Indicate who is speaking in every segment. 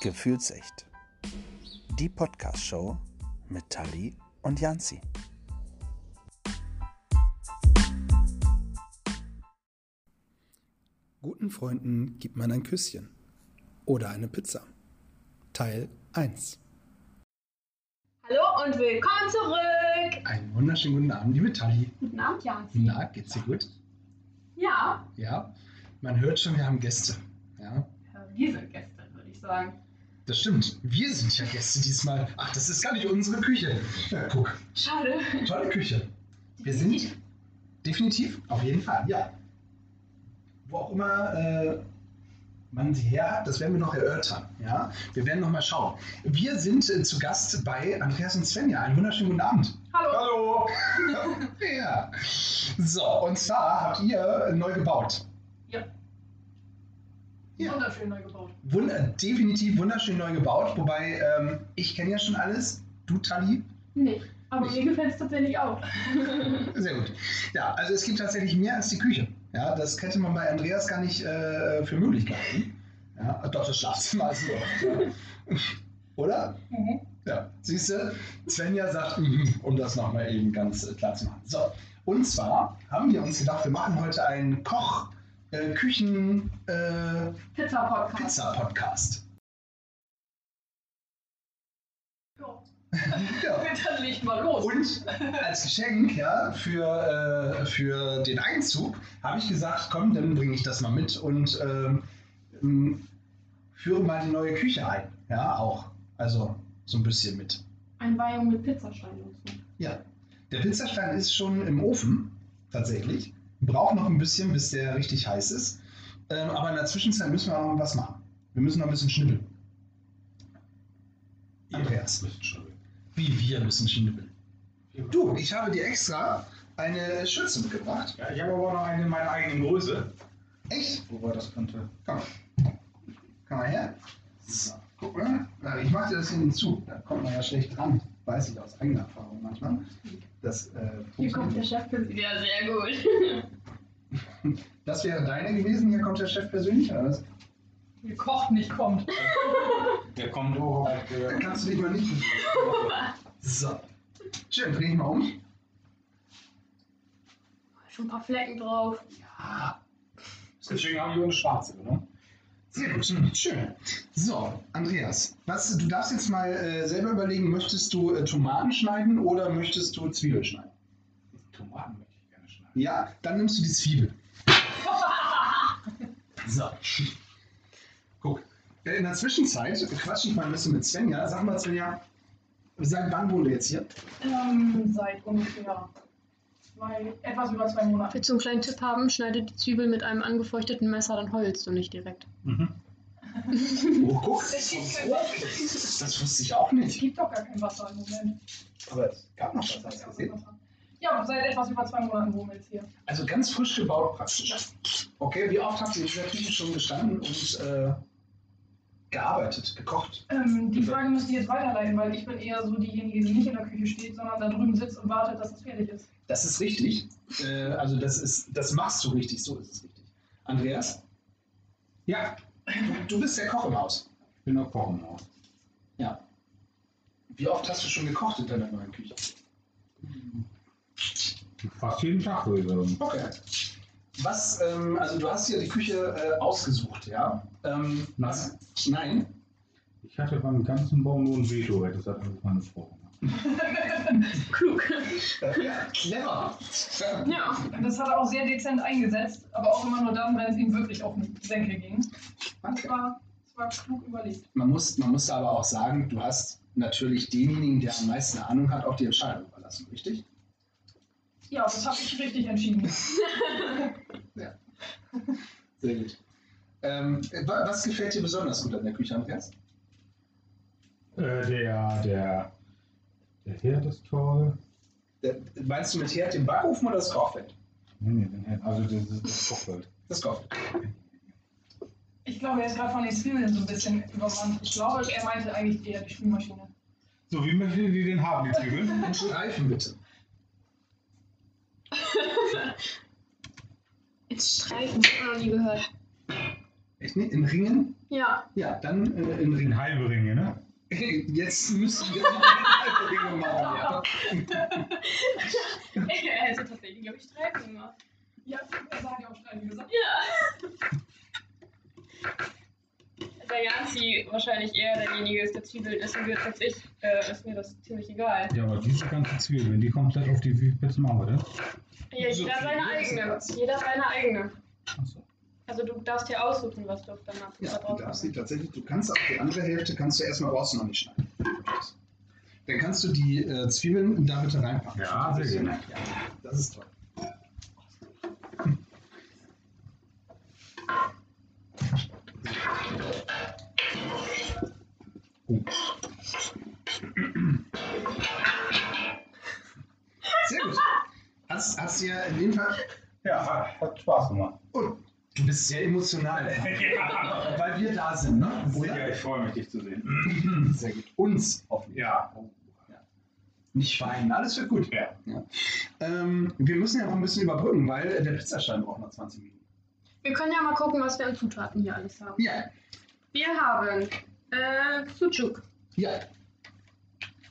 Speaker 1: Gefühlsecht. Die Podcast-Show mit Tali und Janzi.
Speaker 2: Guten Freunden gibt man ein Küsschen oder eine Pizza. Teil 1.
Speaker 3: Hallo und willkommen zurück!
Speaker 2: Einen wunderschönen guten Abend, liebe Tali.
Speaker 3: Guten Abend, Janzi.
Speaker 2: Na, geht's dir gut?
Speaker 3: Ja,
Speaker 2: Ja. Man hört schon, wir haben Gäste. Ja.
Speaker 3: wir sind Gäste, würde ich sagen.
Speaker 2: Das stimmt. Wir sind ja Gäste diesmal. Ach, das ist gar nicht unsere Küche. Ja, guck.
Speaker 3: Schade.
Speaker 2: Tolle Küche. Wir sind definitiv, auf jeden Fall, ja. Wo auch immer äh, man sie her hat, das werden wir noch erörtern. Ja? Wir werden noch mal schauen. Wir sind äh, zu Gast bei Andreas und Svenja. Einen wunderschönen guten Abend. Hallo!
Speaker 3: Hallo.
Speaker 2: ja. So, und zwar habt ihr äh, neu gebaut. Ja.
Speaker 3: Wunderschön neu gebaut.
Speaker 2: Wunder, äh, definitiv wunderschön neu gebaut, wobei ähm, ich kenne ja schon alles. Du, Tali,
Speaker 3: Nee, aber
Speaker 2: Ich-
Speaker 3: mir gefällt es tatsächlich auch.
Speaker 2: Sehr gut. Ja, also es gibt tatsächlich mehr als die Küche. Ja, das hätte man bei Andreas gar nicht äh, für möglich gehalten. Ja, äh, doch, das Schlafzimmer ist nur. Ja. Oder?
Speaker 3: Mhm.
Speaker 2: Ja, siehst du, Svenja sagt, mhm, um das nochmal eben ganz äh, klar zu machen. So, und zwar haben wir uns gedacht, wir machen heute einen äh, Koch-Küchen-Pizza-Podcast.
Speaker 3: Pizza-Podcast. Ja.
Speaker 2: ja.
Speaker 3: Wir dann legt mal los.
Speaker 2: Und als Geschenk ja, für, äh, für den Einzug habe ich gesagt, komm, dann bringe ich das mal mit und ähm, ähm, führe mal die neue Küche ein. Ja, auch. Also so ein bisschen mit.
Speaker 3: Einweihung mit Pizzastein und so.
Speaker 2: Ja. Der Pizzastein ist schon im Ofen, tatsächlich. Braucht noch ein bisschen, bis der richtig heiß ist. Ähm, aber in der Zwischenzeit müssen wir auch noch was machen. Wir müssen noch ein bisschen schnibbeln. Andreas.
Speaker 4: müsst schnibbeln.
Speaker 2: Wie wir müssen schnibbeln. Du, ich habe dir extra eine Schürze mitgebracht.
Speaker 4: Ja, ich habe aber auch noch eine in meiner eigenen Größe.
Speaker 2: Echt?
Speaker 4: Wo war das könnte?
Speaker 2: Komm. Komm mal her. So, guck mal. Na, Ich mache dir das hinten zu. Da kommt man ja schlecht dran. Weiß ich aus eigener Erfahrung manchmal. Das, äh,
Speaker 3: Hier kommt der Chef. Ja, sehr gut.
Speaker 2: das wäre deine gewesen. Hier kommt der Chef persönlich. Oder was?
Speaker 3: Gekocht nicht kommt.
Speaker 4: Der kommt hoch.
Speaker 2: Dann kannst du dich mal nicht. so. Schön, dreh ich mal um.
Speaker 3: Schon ein paar Flecken drauf.
Speaker 2: Ja.
Speaker 4: Deswegen habe ich auch eine schwarze genommen.
Speaker 2: ne? Sehr gut. Schön. So, Andreas, was, du darfst jetzt mal äh, selber überlegen, möchtest du äh, Tomaten schneiden oder möchtest du Zwiebeln schneiden?
Speaker 4: Tomaten möchte ich gerne schneiden.
Speaker 2: Ja, dann nimmst du die Zwiebel. so. Guck. Äh, In der Zwischenzeit quatsch ich mal ein bisschen mit Svenja. Sag mal, Svenja, seit wann wohnen wir jetzt hier?
Speaker 3: Ähm, seit ungefähr zwei, etwas über zwei Monaten.
Speaker 5: Willst du einen kleinen Tipp haben? Schneide die Zwiebel mit einem angefeuchteten Messer, dann heulst du nicht direkt.
Speaker 2: Mhm. Oh, guck.
Speaker 3: Das ist
Speaker 2: Oh, das wusste ich auch
Speaker 3: Es
Speaker 2: nicht.
Speaker 3: gibt doch gar kein Wasser im Moment.
Speaker 2: Aber es gab noch was, hast du gesehen?
Speaker 3: Ja, seit etwas über zwei Monaten wohnen wir jetzt hier.
Speaker 2: Also ganz frisch gebaut praktisch. Okay, wie oft habt ihr in dieser Küche schon gestanden und äh, gearbeitet, gekocht?
Speaker 3: Ähm, die Frage müsst ihr jetzt weiterleiten, weil ich bin eher so diejenige, die nicht in der Küche steht, sondern da drüben sitzt und wartet, dass es fertig ist.
Speaker 2: Das ist richtig. Äh, also das ist, das machst du richtig, so ist es richtig. Andreas? Ja, du, du bist der Koch im Haus.
Speaker 4: Ich bin noch kochen auch.
Speaker 2: Ja. Wie oft hast du schon gekocht in deiner neuen Küche?
Speaker 4: Fast jeden Tag würde ich sagen.
Speaker 2: Okay. Was, ähm, also du hast ja die Küche äh, ausgesucht, ja? Ähm, was? Nein.
Speaker 4: Ich hatte beim ganzen Baum nur ein Veto, das hat alles meine Frau gemacht.
Speaker 5: Klug.
Speaker 2: Äh, Ja, clever.
Speaker 5: Ja.
Speaker 3: Das hat er auch sehr dezent eingesetzt, aber auch immer nur dann, wenn es ihm wirklich auf den Senkel ging. Das
Speaker 2: Danke.
Speaker 3: war, das war klug überlegt.
Speaker 2: Man muss, man muss aber auch sagen, du hast natürlich demjenigen, der am meisten Ahnung hat, auch die Entscheidung überlassen, richtig?
Speaker 3: Ja, das habe ich richtig entschieden.
Speaker 2: Sehr gut. Ähm, wa- was gefällt dir besonders gut an der Küche, Andreas?
Speaker 4: Äh, der, der, der Herd ist toll.
Speaker 2: Äh, Meinst du mit Herd den Backofen oder das Kochfeld?
Speaker 4: Nee, nee, den Herd. Also das ist das Kochfeld.
Speaker 2: Das Kochfeld.
Speaker 3: Ich glaube, er ist gerade von den Zwiebeln so ein bisschen übermannt. Ich glaube, er meinte eigentlich eher die Spülmaschine.
Speaker 4: So, wie möchtet ihr den haben, die Zwiebeln?
Speaker 2: Und Streifen bitte.
Speaker 5: Jetzt streifen, das hab ich noch nie gehört.
Speaker 2: Echt nicht? In Ringen?
Speaker 3: Ja,
Speaker 2: Ja, dann äh, in Ringen.
Speaker 4: In halbe Ringe, ne?
Speaker 2: Jetzt müssen wir die Ringe machen. Ja.
Speaker 5: er hätte Also tatsächlich, glaube ich, Streifen gemacht.
Speaker 6: Ja, das hat ja auch Streifen gesagt.
Speaker 5: Ja. Also Der Janzi wahrscheinlich eher derjenige ist, der Zwiebel essen wird als ich. Äh, ist mir das ziemlich egal.
Speaker 4: Ja, aber diese ganze Zwiebel, wenn die komplett auf die Pizza machen, oder?
Speaker 5: Ja, jeder
Speaker 2: So
Speaker 5: seine
Speaker 2: viel ist
Speaker 5: eigene.
Speaker 2: das.
Speaker 5: Jeder seine eigene.
Speaker 4: Achso.
Speaker 5: Also du darfst dir aussuchen, was du auf deiner Pizza
Speaker 2: Ja, du
Speaker 5: drauf
Speaker 2: darfst
Speaker 5: machst.
Speaker 2: sie tatsächlich, du kannst auch die andere Hälfte kannst du erstmal raus und noch nicht schneiden. Dann kannst du die äh, Zwiebeln da bitte reinpacken.
Speaker 4: Ja, sehr gerne.
Speaker 2: Ja, das ist toll. Sehr gut. Hast, hast du ja in dem Fall.
Speaker 4: Ja, hat, hat Spaß gemacht.
Speaker 2: Oh, du bist sehr emotional, weil wir da sind, ne?
Speaker 4: Sicher, ich freue mich, dich zu sehen.
Speaker 2: Sehr gut. Uns hoffentlich.
Speaker 4: Ja.
Speaker 2: Nicht weinen, alles wird gut.
Speaker 4: Ja.
Speaker 2: Ähm, wir müssen ja noch ein bisschen überbrücken, weil der Pizzastein braucht noch 20 Minuten.
Speaker 3: wir können ja mal gucken, was wir an Zutaten hier alles haben.
Speaker 2: Ja,
Speaker 3: Wir haben äh, Sucuk.
Speaker 2: ja.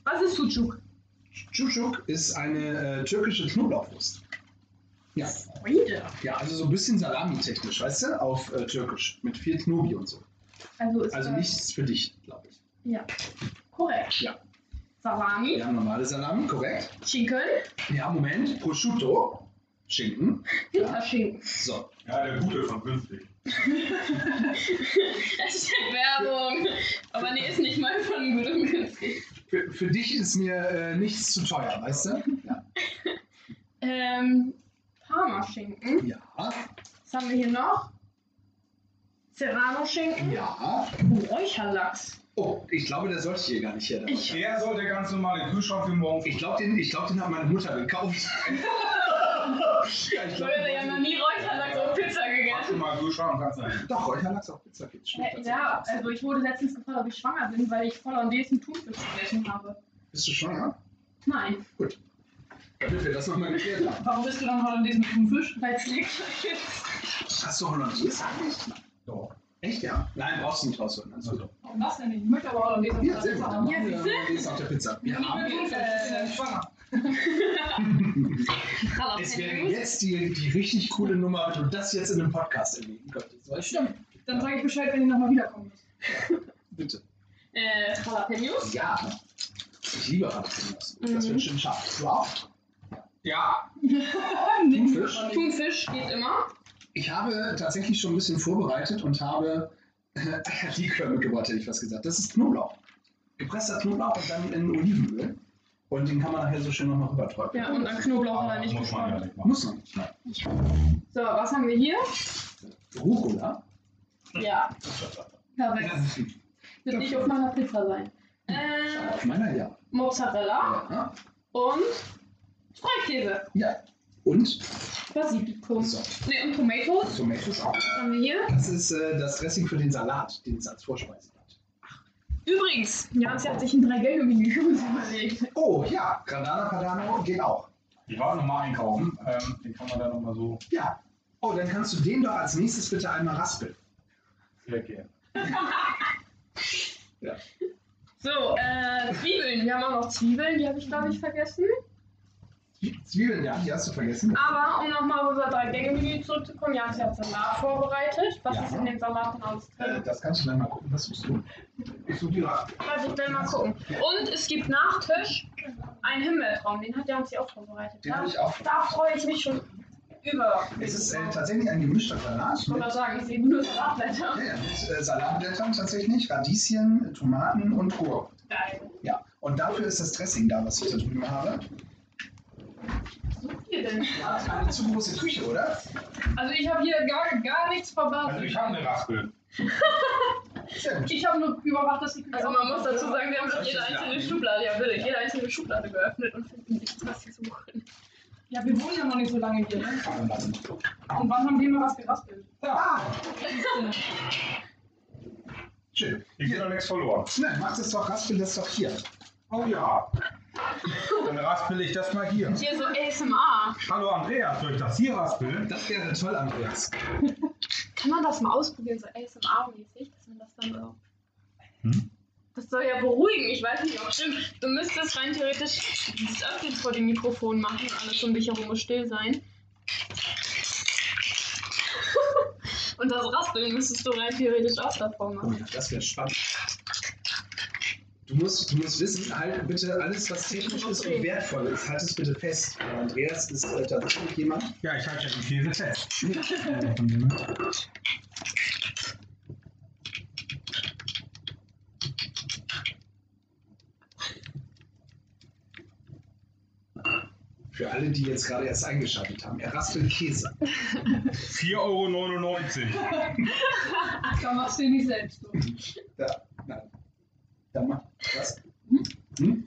Speaker 3: Was ist Sucuk?
Speaker 2: Cucuk ist eine äh, türkische Knoblauchwurst. Ja.
Speaker 3: Friede.
Speaker 2: ja, also so ein bisschen salamitechnisch, weißt du, auf äh, türkisch. Mit viel Knobi und so.
Speaker 3: Also ist
Speaker 2: Also
Speaker 3: das
Speaker 2: nichts für dich, glaube ich.
Speaker 3: korrekt.
Speaker 2: Ja.
Speaker 3: Salami,
Speaker 2: Wir haben normale Salami, korrekt.
Speaker 3: Chicken,
Speaker 2: Ja, Moment, Prosciutto, Schinken.
Speaker 3: Hinterschinken.
Speaker 2: So,
Speaker 4: Ja, der Gute von günstig.
Speaker 5: Hashtag Werbung. Aber nee, ist nicht mal von gut und günstig.
Speaker 2: für, für dich ist mir äh, nichts zu teuer, weißt du? Ja.
Speaker 3: Ähm, Parmaschinken.
Speaker 2: Ja,
Speaker 3: Was haben wir hier noch? Serrano-Schinken.
Speaker 2: ja.
Speaker 3: Räucherlachs.
Speaker 2: Oh, ich glaube, der sollte hier gar nicht her. dabei sein.
Speaker 4: Der soll der ganz normale Kühlschrank für morgen.
Speaker 2: Ich glaube, den, ich glaub, den hat meine Mutter gekauft. ja, ich
Speaker 5: Ich
Speaker 2: glaub,
Speaker 5: habe ja noch nie Räucherlachs auf Pizza gegessen.
Speaker 4: mal Kühlschrank kann sein.
Speaker 2: Doch, Räucherlachs auf Pizza Kids. stimmt
Speaker 3: Ja,
Speaker 2: tatsächlich.
Speaker 3: ja, also ich wurde letztens gefragt, ob ich schwanger bin, weil ich voll und diesen Thunfisch gegessen habe.
Speaker 2: Bist du schwanger?
Speaker 3: Nein,
Speaker 2: Damit wir das nochmal geklärt haben.
Speaker 6: Warum bist du dann Hollandaise mit dem Fisch?
Speaker 3: weil es lecker
Speaker 2: Hast du Hollandaise eigentlich? Doch. Echt, ja? Nein, brauchst du nicht rausholen. Also, doch.
Speaker 6: Warum das denn nicht? Ich möchte aber Hollandaise auf
Speaker 2: ja,
Speaker 6: der
Speaker 2: sehr gut.
Speaker 6: Pizza haben.
Speaker 2: Dann machen wir Hollandaise auf der Pizza. Wir
Speaker 6: Nicht mit
Speaker 2: haben,
Speaker 6: Thunfisch, ich bin ja nicht schwanger.
Speaker 2: es wäre jetzt die, die richtig coole Nummer, wenn du das jetzt in einem Podcast erleben könntest. Weißt du?
Speaker 6: Dann sage ich Bescheid, wenn ihr nochmal wiederkommen müsst.
Speaker 2: Bitte.
Speaker 5: Äh, Jalapenos?
Speaker 2: Ja. Ich liebe Hollandaise. Das wird schön scharf. Du auch?
Speaker 4: Ja.
Speaker 2: Thunfisch?
Speaker 5: Thunfisch geht immer.
Speaker 2: Ich habe tatsächlich schon ein bisschen vorbereitet und habe äh, die Quelle mitgebracht, hätte ich was gesagt. Das ist Knoblauch. Gepresster Knoblauch und dann in Olivenöl. Und den kann man nachher so schön nochmal rüberträufeln.
Speaker 3: Ja, und an Knoblauch war nicht
Speaker 4: muss man ja
Speaker 3: geschmeckt.
Speaker 4: nicht machen.
Speaker 2: Muss man nicht. ne? Nein.
Speaker 3: So, was haben wir hier?
Speaker 2: Rucola.
Speaker 3: Ja. Perfekt.
Speaker 2: Ja,
Speaker 3: Wird nicht auf meiner Pizza sein. Äh,
Speaker 2: auf meiner ja.
Speaker 3: Mozzarella
Speaker 2: Ja.
Speaker 3: und Streichkäse.
Speaker 2: ja. Und
Speaker 3: Basilikum.
Speaker 2: so,
Speaker 5: Ne, und Tomatoes.
Speaker 2: Tomatoes auch.
Speaker 3: Was haben wir hier?
Speaker 2: Das ist äh, das Dressing für den Salat, den es als Vorspeise hat.
Speaker 5: Übrigens,
Speaker 3: Ja, sie hat sich ein Drei-Gänge-Menü überlegt.
Speaker 2: Oh ja, Granada Padano geht auch.
Speaker 4: Ich war nochmal einkaufen. Ähm, den kann man dann nochmal so
Speaker 2: Ja. Oh, dann kannst du den doch als nächstes bitte einmal raspeln.
Speaker 4: weggehen.
Speaker 5: so, äh, Zwiebeln. Wir haben auch noch Zwiebeln, die habe ich, glaube ich, vergessen.
Speaker 2: Zwiebeln, ja, die hast du vergessen.
Speaker 5: Aber um nochmal auf unser Drei-Gänge-Menü zurückzukommen, wir haben ja Salat vorbereitet. Was
Speaker 2: Ja.
Speaker 5: ist in dem Salat denn alles
Speaker 2: Äh,
Speaker 5: drin?
Speaker 2: Das kannst du dann mal gucken, was musst du. Ich suche die Raspel.
Speaker 5: Lass ich gleich mal gucken. Und es gibt Nachtisch einen Himbeertraum. Den hat Janzi auch vorbereitet.
Speaker 2: Den
Speaker 5: Da-
Speaker 2: habe ich auch.
Speaker 5: Da freue ich mich schon über.
Speaker 2: Es ist äh, tatsächlich ein gemischter Salat
Speaker 5: Ich wollte
Speaker 2: mit,
Speaker 5: gerade sagen, ich sehe nur Salatblätter.
Speaker 2: ja, ja, mit äh, Salatblättern tatsächlich, Radieschen, Tomaten und Gurken.
Speaker 5: Geil.
Speaker 2: Ja, und dafür ist das Dressing da, was ich da drüben habe.
Speaker 5: Was sucht ihr denn?
Speaker 2: Ja, das war eine zu große Küche, oder?
Speaker 6: Also ich habe hier gar, gar nichts
Speaker 4: Also
Speaker 6: verbaut.
Speaker 4: ich habe eine Raspel.
Speaker 2: Sehr gut.
Speaker 6: Ich habe nur überwacht, dass die Küche
Speaker 5: Also man muss dazu sagen, wir haben
Speaker 2: Soll
Speaker 5: doch
Speaker 2: ich
Speaker 5: jede
Speaker 2: das
Speaker 5: einzelne
Speaker 2: nachnehmen?
Speaker 5: Schublade, ja bitte, jede einzelne Schublade geöffnet und finden nichts, was sie suchen.
Speaker 6: Ja, wir wohnen ja noch nicht so lange hier. Ne?
Speaker 2: Ah, warte mal.
Speaker 6: Und wann haben wir mal was geraspelt?
Speaker 2: Ah, schön.
Speaker 4: Ich bin
Speaker 2: Hier.
Speaker 4: noch nichts verloren.
Speaker 2: Nein, mach das doch, raspel das doch hier.
Speaker 4: Oh ja. Dann raspel ich das mal hier.
Speaker 5: Hier so ASMR.
Speaker 4: Hallo Andreas, soll ich das hier raspeln?
Speaker 2: Das wäre toll, Andreas.
Speaker 5: Kann man das mal ausprobieren, so ASMR-mäßig, dass man das dann so.
Speaker 4: Hm?
Speaker 5: Das soll ja beruhigen, ich weiß nicht, ob stimmt. Du müsstest rein theoretisch dieses Öffnen vor dem Mikrofon machen, alles um dich herum muss still sein. Und das Raspeln müsstest du rein theoretisch auch davor
Speaker 7: Oh
Speaker 5: machen.
Speaker 7: ja, das wäre spannend. Du musst, du musst wissen, halt bitte alles, was technisch ist und wertvoll ist, halt es bitte fest. Weil Andreas ist äh, tatsächlich jemand.
Speaker 4: Ja, ich halte ja die These fest.
Speaker 7: Für alle, die jetzt gerade erst eingeschaltet haben. Er raspelt Käse.
Speaker 4: 4,99 Euro.
Speaker 3: Da machst du ihn nicht selbst. Du.
Speaker 7: Da, nein. Da macht was. Hm? Hm?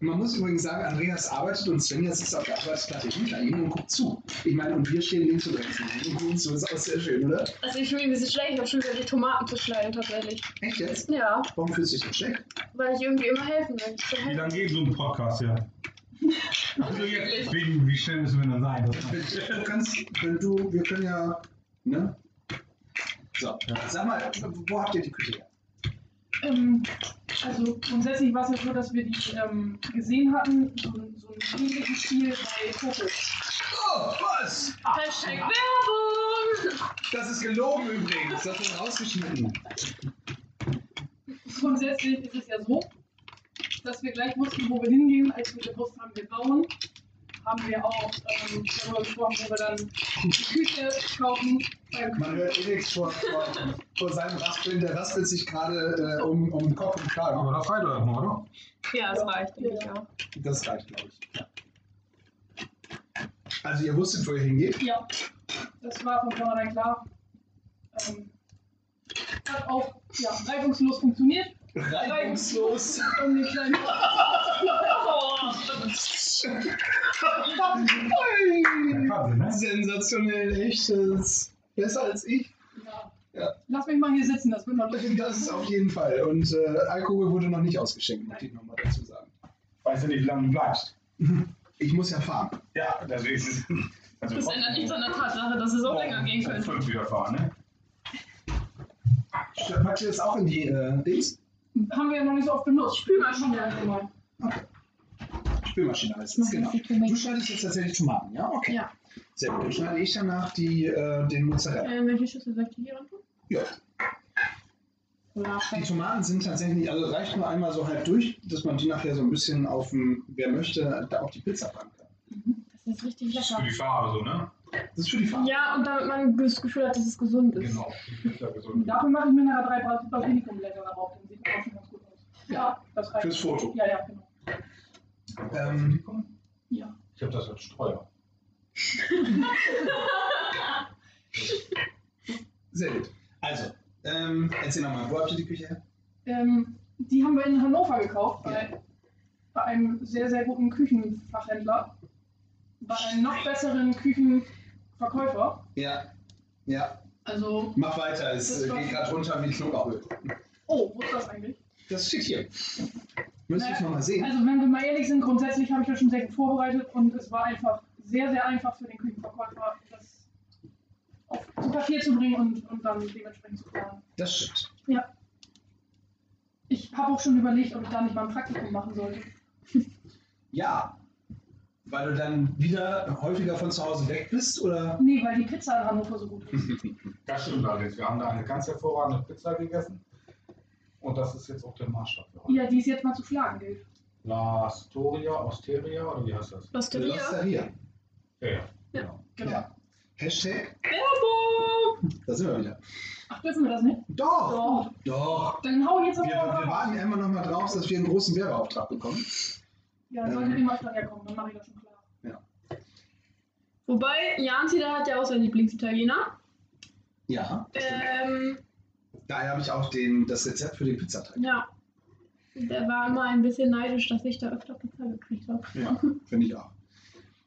Speaker 7: Man muss übrigens sagen, Andreas arbeitet und Svenja sitzt auf der Arbeitsplatte hinter ihm und guckt zu. Ich meine, und wir stehen links und rechts neben ihm und gucken zu. Ist auch sehr schön, oder?
Speaker 5: Also ich fühle mich ein bisschen schlecht, ich habe schon wieder die Tomaten zu schneiden tatsächlich.
Speaker 7: Echt jetzt?
Speaker 5: Ja,
Speaker 7: Warum fühlst du dich so schlecht?
Speaker 5: weil ich irgendwie immer helfen will. Ich halt will
Speaker 4: Wie
Speaker 5: helfen.
Speaker 4: lange geht so ein Podcast, ja? Also jetzt, wie, wie schnell müssen wir dann sein?
Speaker 7: Du kannst, wenn du, wir können ja, ne? So, sag mal, wo habt ihr die Küche her?
Speaker 3: Ähm, also grundsätzlich war es ja so, dass wir die ähm, gesehen hatten, so, so einen ähnlichen Stil bei Coco.
Speaker 7: Oh, was?
Speaker 5: Hashtag Werbung!
Speaker 7: Das ist gelogen übrigens. Das wird rausgeschnitten.
Speaker 3: Grundsätzlich ist es ja so, dass wir gleich wussten, wo wir hingehen, als wir gewusst haben, wir bauen. Haben wir auch ähm, darüber gesprochen, wo wir dann die Küche kaufen. Beim
Speaker 7: Man hört eh nichts vor, vor, vor seinem Raspeln. Der raspelt sich gerade äh, um, um den Kopf und Kragen.
Speaker 4: Aber das reicht doch erstmal, oder?
Speaker 5: Ja, das reicht, denke ich auch.
Speaker 7: Das reicht, glaube ich. Ja. Also ihr wusstet, wo ihr hingeht.
Speaker 3: Ja, das war von vornherein klar. Ähm, hat auch ja, reibungslos funktioniert.
Speaker 7: Reibungslos.
Speaker 3: Um den kleinen
Speaker 4: Ja, Wahnsinn, ne?
Speaker 7: Sensationell, echtes. Besser als ich.
Speaker 3: ja.
Speaker 7: Ja.
Speaker 3: Lass mich mal hier sitzen, das wird noch lustig.
Speaker 7: Das ist auf jeden Fall. Und äh, Alkohol wurde noch nicht ausgeschenkt, möchte ich nochmal dazu sagen.
Speaker 4: Weißt du nicht, wie lange du bleibst?
Speaker 7: Ich muss ja fahren.
Speaker 4: Ja, das ist es. Also,
Speaker 5: Das ändert nichts an der Tatsache, dass es auch länger gehen
Speaker 4: um
Speaker 5: könnte.
Speaker 4: Fünf wieder fahren, ne?
Speaker 7: Packt ihr das auch in die äh, Dings?
Speaker 3: Haben wir ja noch nicht so oft benutzt.
Speaker 5: Spülmaschine.
Speaker 3: Einfach mal.
Speaker 7: Spülmaschine heißt das, genau. Du schneidest jetzt tatsächlich Tomaten, ja? Okay.
Speaker 5: Ja.
Speaker 7: Sehr gut. Dann schneide ich danach die, äh, den Mozzarella.
Speaker 5: Äh, welche Schüssel soll ich die hier ran tun?
Speaker 7: Ja.
Speaker 5: Oder
Speaker 7: Die Tomaten sind tatsächlich, also reicht nur einmal so halb durch, dass man die nachher so ein bisschen auf dem, wer möchte, da auf die Pizza packen kann.
Speaker 5: Das ist richtig
Speaker 4: Das ist für
Speaker 5: lecker.
Speaker 4: die Farbe so, ne?
Speaker 7: Das ist für die Farbe.
Speaker 5: Ja, und damit man das Gefühl hat, dass es gesund ist.
Speaker 4: Genau. Ja, gesund.
Speaker 3: Dafür mache ich mir nachher drei Bra- Basilikum-Blätter darauf, dann sieht das auch schon ganz gut aus. Ja, das reicht.
Speaker 7: Fürs Foto.
Speaker 3: Ja, ja, genau.
Speaker 7: Ähm,
Speaker 3: Ja.
Speaker 4: Ich habe das als Streuer.
Speaker 7: sehr gut. Also, ähm, erzähl nochmal, wo habt ihr die Küche her?
Speaker 3: Ähm, die haben wir in Hannover gekauft, bei, bei einem sehr, sehr guten Küchenfachhändler. Bei einem noch besseren Küchenverkäufer.
Speaker 7: Ja. Ja,
Speaker 3: Also,
Speaker 7: Mach weiter, es
Speaker 3: Das
Speaker 7: äh,
Speaker 3: war-
Speaker 7: geht gerade runter wie Knoblauchöl.
Speaker 3: oh, wo ist das eigentlich?
Speaker 7: Das steht hier. Müsste ich nochmal sehen.
Speaker 3: Also, wenn wir mal ehrlich sind, grundsätzlich habe ich das schon sehr gut vorbereitet und es war einfach sehr, sehr einfach für den Küchenverkäufer, das auf zu Papier zu bringen und, und dann dementsprechend zu planen.
Speaker 7: Das stimmt.
Speaker 3: Ich habe auch schon überlegt, ob ich da nicht mal ein Praktikum machen sollte.
Speaker 7: Ja. Weil du dann wieder häufiger von zu Hause weg bist, oder?
Speaker 3: Nee, weil die Pizza in Hannover so gut
Speaker 7: Mhm.
Speaker 3: ist.
Speaker 4: Das stimmt allerdings. Wir haben da eine ganz hervorragende Pizza gegessen. Und das ist jetzt auch der Maßstab für heute.
Speaker 3: Ja, die es jetzt mal zu schlagen gilt.
Speaker 4: La Storia, Osteria oder wie heißt das?
Speaker 5: Losteria.
Speaker 7: Losteria.
Speaker 4: Ja, ja.
Speaker 5: Ja.
Speaker 4: Genau.
Speaker 3: Genau.
Speaker 7: Ja. Hashtag,
Speaker 5: Werbung!
Speaker 7: da sind wir wieder.
Speaker 3: Ach, dürfen wir das nicht?
Speaker 7: Doch!
Speaker 3: Doch.
Speaker 7: Doch!
Speaker 3: Dann hau jetzt
Speaker 7: Wir,
Speaker 3: aber
Speaker 7: wir
Speaker 3: mal raus.
Speaker 7: warten immer noch mal drauf, dass wir einen großen Werbeauftrag bekommen.
Speaker 3: Ja, dann sollte immer öfter herkommen, dann mache ich das schon klar.
Speaker 5: Wobei, Janzi, der hat ja auch seinen Lieblingsitaliener.
Speaker 7: Ja.
Speaker 5: Ähm,
Speaker 7: Daher habe ich auch den, das Rezept für den Pizzateig.
Speaker 5: ja. Der war immer ein bisschen neidisch, dass ich da öfter Pizza gekriegt habe.
Speaker 7: Ja, finde ich auch.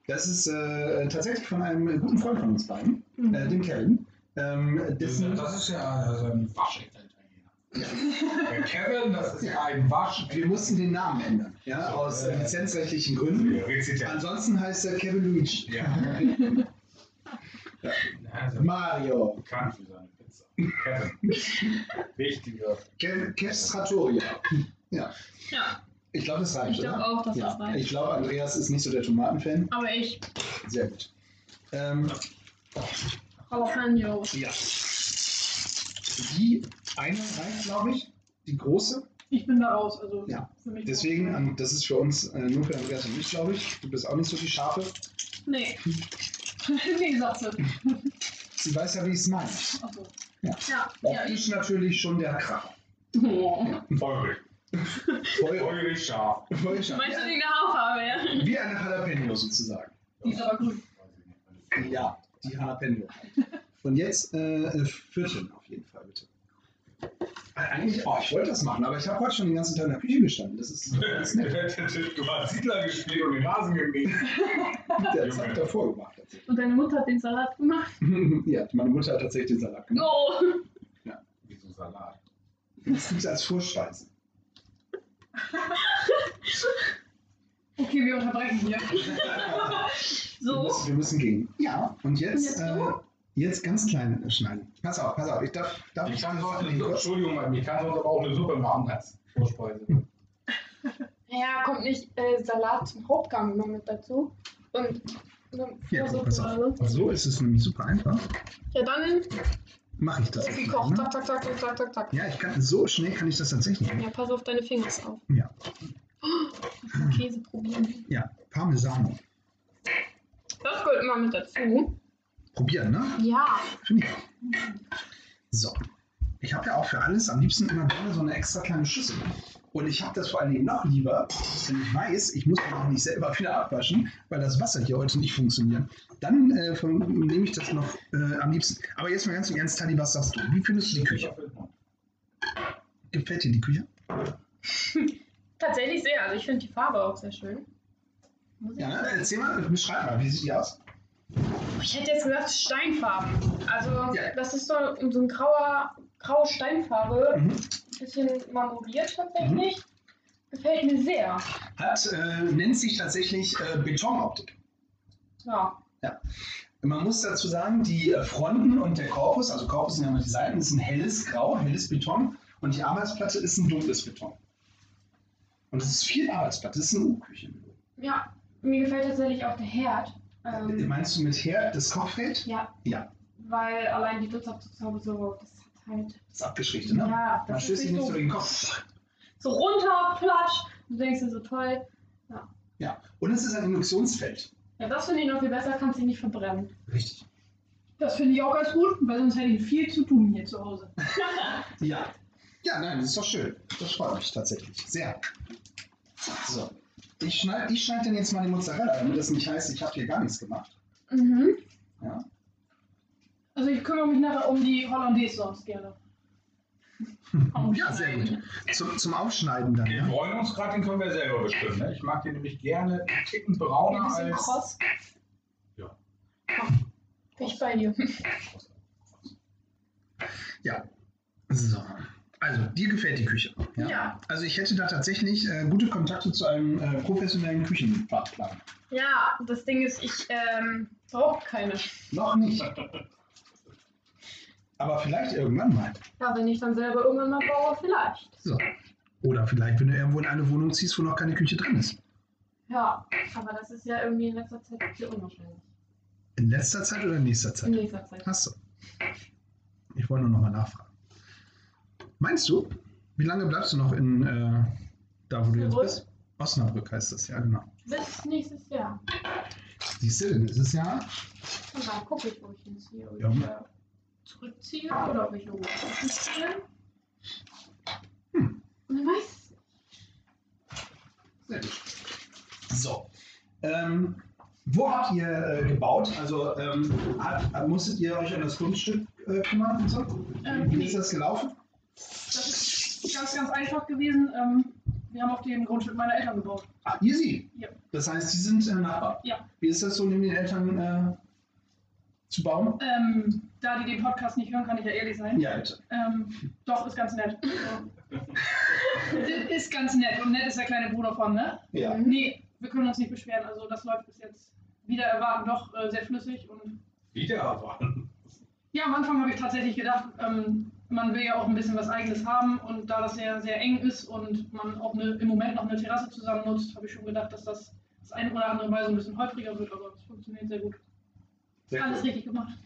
Speaker 7: Das ist äh, tatsächlich von einem guten Freund von uns beiden,
Speaker 5: Mhm.
Speaker 7: äh, dem Kevin. Ähm, dessen,
Speaker 4: Das ist ja also ein waschechter Italiener.
Speaker 7: Ja.
Speaker 4: Der Kevin, das ist ja ein Wasch.
Speaker 7: Wir mussten den Namen ändern, ja,
Speaker 4: So,
Speaker 7: aus
Speaker 4: äh, Also-
Speaker 7: lizenzrechtlichen Gründen.
Speaker 4: Rezitiert.
Speaker 7: Ansonsten heißt er Kevin Luigi.
Speaker 4: Ja. Ja, also
Speaker 7: Mario.
Speaker 4: bekannt für seine Pizza. Kevin. Wichtiger.
Speaker 7: Kev Kev Stratoria. Ja.
Speaker 5: Ja,
Speaker 7: Ich glaube, das reicht,
Speaker 5: Ich glaub
Speaker 7: oder?
Speaker 5: auch, dass
Speaker 7: ja.
Speaker 5: das reicht.
Speaker 7: Ich glaube, Andreas ist nicht so der Tomatenfan.
Speaker 5: aber ich.
Speaker 7: Sehr gut. Ähm,
Speaker 5: Jalapeno.
Speaker 7: ja. Die eine reicht, glaube ich. Die große.
Speaker 3: Ich bin da raus, also
Speaker 7: Ja.
Speaker 3: für mich.
Speaker 7: Deswegen, ähm, das ist für uns äh, nur für Andreas und mich, glaube ich. Du bist auch nicht so die Schafe.
Speaker 5: Nee.
Speaker 3: nee, sagst du.
Speaker 7: Sie weiß ja, wie ich es meine.
Speaker 3: Achso.
Speaker 5: Ja,
Speaker 7: Auch
Speaker 5: ja.
Speaker 7: ich natürlich schon der Kracher.
Speaker 5: Oh.
Speaker 4: Feurig.
Speaker 7: Voll,
Speaker 4: Feurig scharf.
Speaker 7: voll
Speaker 5: Meinst du die eine Haarfarbe, ja?
Speaker 7: Wie eine Jalapeno sozusagen.
Speaker 3: Die ist aber grün.
Speaker 4: Weiß ich nicht, alles klar.
Speaker 7: Ja, die Jalapeno. Und jetzt äh, äh, Vierteln auf jeden Fall, bitte. Äh, Eigentlich, oh, ich wollte das machen, aber ich habe heute schon den ganzen Tag in der Küche gestanden. Das ist das ist nett.
Speaker 4: Du hast Siedler gespielt und den Rasen gemäht.
Speaker 7: Der hat es davor gemacht. tatsächlich.
Speaker 5: Und deine Mutter hat den Salat gemacht?
Speaker 7: ja, meine Mutter hat tatsächlich den Salat gemacht.
Speaker 5: No.
Speaker 4: Wieso Salat?
Speaker 7: Das gibt es als Vorspeise.
Speaker 3: Okay, wir unterbrechen hier.
Speaker 7: Wir,
Speaker 5: So.
Speaker 7: müssen, wir müssen gehen. Ja, und jetzt,
Speaker 5: Jetzt
Speaker 7: äh,
Speaker 5: du?
Speaker 7: jetzt ganz klein äh, schneiden. Pass auf, pass auf. Ich darf, darf
Speaker 4: Ich kann sonst
Speaker 7: Nee,
Speaker 4: eine,
Speaker 7: Gott.
Speaker 4: Entschuldigung, aber ich kann sonst aber auch eine Suppe machen als Vorspeise.
Speaker 5: Ja, kommt nicht äh, Salat zum Hauptgang noch mit dazu? Und eine
Speaker 7: Ja,
Speaker 5: Vorsuppe
Speaker 7: pass
Speaker 5: oder so? genau.
Speaker 7: auf. So ist es nämlich super einfach.
Speaker 5: Ja, dann
Speaker 7: Mache ich das.
Speaker 5: ist
Speaker 7: jetzt
Speaker 5: gekocht.
Speaker 7: mal,
Speaker 5: Zack,
Speaker 7: ne?
Speaker 5: zack, zack, zack, zack, zack, zack.
Speaker 7: Ja, ich kann, so schnell kann ich das tatsächlich machen.
Speaker 5: Ja, pass auf deine Finger auf.
Speaker 7: Ja.
Speaker 5: Oh, Käse probieren.
Speaker 7: Ja, Parmesan.
Speaker 5: Das gehört immer mit dazu.
Speaker 7: Probieren, ne?
Speaker 5: Ja.
Speaker 7: Finde ich auch. So. Ich habe ja auch für alles am liebsten immer gerne so eine extra kleine Schüssel. Und ich habe das vor allen Dingen noch lieber, wenn ich weiß, ich muss dann auch nicht selber wieder abwaschen, weil das Wasser hier heute nicht funktioniert. Dann äh, von- nehme ich das noch äh, am liebsten. Aber jetzt mal ganz im Ernst, Tali, was sagst du? Wie findest du die Küche? Gefällt dir die Küche?
Speaker 5: Tatsächlich sehr. Also ich finde die Farbe auch sehr schön. Muss ich
Speaker 7: Ja, ne? erzähl mal, beschreib mal, wie sieht die aus?
Speaker 5: Oh, Ich hätte jetzt gesagt Steinfarben. Also
Speaker 7: Ja.
Speaker 5: das ist so, so ein grauer, graue Steinfarbe.
Speaker 7: Mhm.
Speaker 5: Ein bisschen marmoriert tatsächlich. Gefällt mir sehr.
Speaker 7: Hat, äh, nennt sich tatsächlich äh, Betonoptik.
Speaker 5: Ja.
Speaker 7: Man muss dazu sagen, die äh, Fronten und der Korpus, also Korpus sind ja immer die Seiten, ist ein helles Grau, helles Beton und die Arbeitsplatte ist ein dunkles Beton. Und das ist viel Arbeitsplatte, das ist eine U-Küche.
Speaker 5: Ja. Mir gefällt tatsächlich auch der Herd. Ähm,
Speaker 7: Meinst du mit Herd das Kochfeld?
Speaker 5: ja,
Speaker 7: Ja,
Speaker 5: weil allein die Wirtsabzugshaube so, das hat halt.
Speaker 7: das ist abgeschichtet, ne?
Speaker 5: Ja,
Speaker 7: Man
Speaker 5: das
Speaker 7: stößt
Speaker 5: ist
Speaker 7: sich
Speaker 5: nicht
Speaker 7: nicht
Speaker 5: so,
Speaker 7: so den Kopf.
Speaker 5: so runter, platsch. Du denkst dir so toll.
Speaker 7: Ja, und es ist ein Induktionsfeld.
Speaker 5: Ja, das finde ich noch viel besser, kannst dich nicht verbrennen.
Speaker 7: Richtig.
Speaker 3: Das finde ich auch ganz gut, weil sonst hätte ich viel zu tun hier zu Hause.
Speaker 7: Ja. Ja, nein, das ist doch schön. Das freut mich tatsächlich. Sehr. So. Ich schneide ich schneid dann jetzt mal die Mozzarella, damit das nicht heißt, ich habe hier gar nichts gemacht.
Speaker 5: Mhm.
Speaker 7: Ja.
Speaker 3: Also ich kümmere mich nachher um die Hollandaise sonst gerne.
Speaker 7: Ja, sehr gut. Zum, zum Aufschneiden dann, ne?
Speaker 4: Den
Speaker 7: ja?
Speaker 4: Bräunungsgrad, den können wir selber bestimmen. Ne? Ich mag den nämlich gerne einen Ticken brauner
Speaker 5: Ein bisschen
Speaker 4: als.
Speaker 5: kross.
Speaker 4: Ja.
Speaker 5: Bin ich bei dir.
Speaker 7: Ja. So. Also, dir gefällt die Küche.
Speaker 5: Ja.
Speaker 7: Also, ich hätte da tatsächlich äh, gute Kontakte zu einem äh, professionellen Küchenfachplan.
Speaker 5: Ja, das Ding ist, ich ähm, brauche keine.
Speaker 7: Noch nicht. Aber vielleicht irgendwann mal.
Speaker 5: Ja, wenn ich dann selber irgendwann mal baue, vielleicht.
Speaker 7: So. Oder vielleicht, wenn du irgendwo in eine Wohnung ziehst, wo noch keine Küche drin ist.
Speaker 5: Ja, aber das ist ja irgendwie in letzter Zeit sehr unwahrscheinlich.
Speaker 7: In letzter Zeit oder in nächster
Speaker 5: In
Speaker 7: Zeit?
Speaker 5: nächster Zeit.
Speaker 7: Hast du. Ich wollte nur nochmal nachfragen. Meinst du, wie lange bleibst du noch in äh, da, wo du jetzt
Speaker 5: Osnabrück?
Speaker 7: bist? Osnabrück heißt das, ja, genau.
Speaker 5: Bis nächstes Jahr.
Speaker 7: Siehst du, dann ist es ja.
Speaker 5: Und dann gucke ich, wo ich hinziehe. Ob
Speaker 7: Ja.
Speaker 5: ich äh, zurückziehe oder ob ich irgendwo hinziehe.
Speaker 7: Hm.
Speaker 5: Man weiß es nicht.
Speaker 7: Sehr gut. So. Ähm, wo habt ihr äh, gebaut? Also ähm, hat, musstet ihr euch an das Grundstück äh, kümmern und so?
Speaker 3: Ähm,
Speaker 7: Wie
Speaker 3: nee.
Speaker 7: ist das gelaufen?
Speaker 3: Das ist ganz, ganz einfach gewesen. Ähm, wir haben auf dem Grundstück meiner Eltern gebaut.
Speaker 7: Ach, Ah, easy.
Speaker 3: Ja.
Speaker 7: Das heißt, die sind äh, Nachbarn.
Speaker 3: Ja.
Speaker 7: Wie ist das so, neben den Eltern äh, zu bauen?
Speaker 3: Ähm, da die den Podcast nicht hören, kann ich ja ehrlich sein.
Speaker 7: Ja, bitte.
Speaker 3: Ähm, doch, ist ganz nett. ist ganz nett. Und nett ist der kleine Bruder von, ne?
Speaker 7: Ja.
Speaker 3: Nee, wir können uns nicht beschweren. Also das läuft bis jetzt wieder erwarten doch äh, sehr flüssig und
Speaker 4: Wieder waren.
Speaker 3: Ja, am Anfang habe ich tatsächlich gedacht, ähm, man will ja auch ein bisschen was Eigenes haben und da das ja sehr eng ist und man auch eine, im Moment noch eine Terrasse zusammen nutzt, habe ich schon gedacht, dass das das eine oder andere Mal so ein bisschen häufiger wird, aber es funktioniert sehr gut.
Speaker 7: Sehr
Speaker 3: Alles
Speaker 7: gut.
Speaker 3: richtig gemacht.